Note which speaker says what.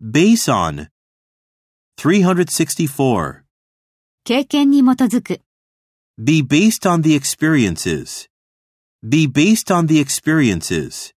Speaker 1: Base on 364.
Speaker 2: 経験に基づく、
Speaker 1: Be based on the experiences. Be based on the experiences.